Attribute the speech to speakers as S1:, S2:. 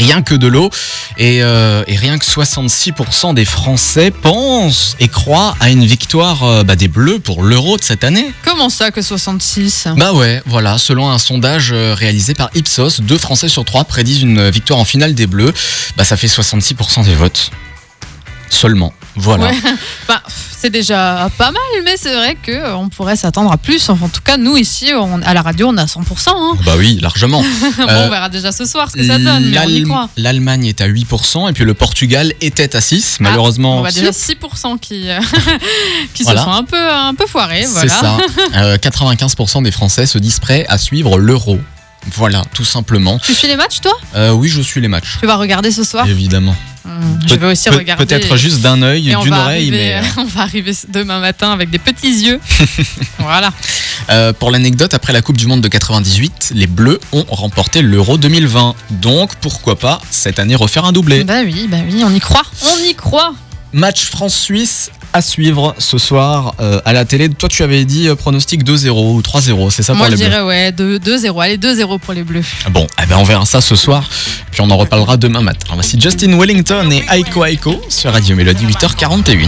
S1: rien que de l'eau. Et, euh, et rien que 66% des Français pensent et croient à une victoire euh, bah, des Bleus pour l'Euro de cette année.
S2: Comment ça que 66
S1: Bah ouais, voilà, selon un sondage euh, réalisé par Ipsos, deux Français sur trois prédisent une euh, victoire en finale des Bleus. Bah ça fait 66% des votes. Seulement. Voilà.
S2: Ouais. Bah, pff, c'est déjà pas mal, mais c'est vrai que euh, on pourrait s'attendre à plus. Enfin, en tout cas, nous ici, on- à la radio, on a 100%. hein.
S1: Bah oui, largement.
S2: Bon,
S1: Euh,
S2: on verra déjà ce soir ce que ça donne, mais on y
S1: L'Allem-
S2: croit.
S1: L'Allemagne est à 8% et puis le Portugal était à 6. Malheureusement,
S2: Ah, On va
S1: si,
S2: déjà 6% qui, euh, qui
S1: Voilà.
S2: se sont un peu, un peu foirés.
S1: c'est
S2: Voilà.
S1: ça. Euh, 95% des Français se disent prêts à suivre l'Euro. Voilà, tout simplement.
S2: Tu suis les matchs, toi
S1: Euh, oui, je suis les matchs.
S2: Tu vas regarder ce soir
S1: Évidemment.
S2: Hum, Je vais aussi
S1: Pe-
S2: regarder.
S1: Peut-être juste d'un œil,
S2: et on
S1: d'une
S2: va
S1: oreille,
S2: arriver-
S1: mais. euh,
S2: On va arriver demain matin avec des petits yeux. voilà.
S1: Euh, pour l'anecdote, après la Coupe du Monde de 98, les Bleus ont remporté l'Euro 2020. Donc, pourquoi pas cette année refaire un doublé
S2: Bah oui, bah oui, on y croit. On y croit.
S1: Match France-Suisse à suivre ce soir euh, à la télé. Toi, tu avais dit euh, pronostic 2-0 ou 3-0, c'est ça
S2: Moi,
S1: pour les
S2: je
S1: Bleus
S2: dirais ouais, deux- 2-0. Allez, 2-0 pour les Bleus.
S1: Bon, eh ben, on verra ça ce soir, puis on en reparlera demain matin. Voici Justin Wellington et Aiko Aiko sur Radio Mélodie 8h41.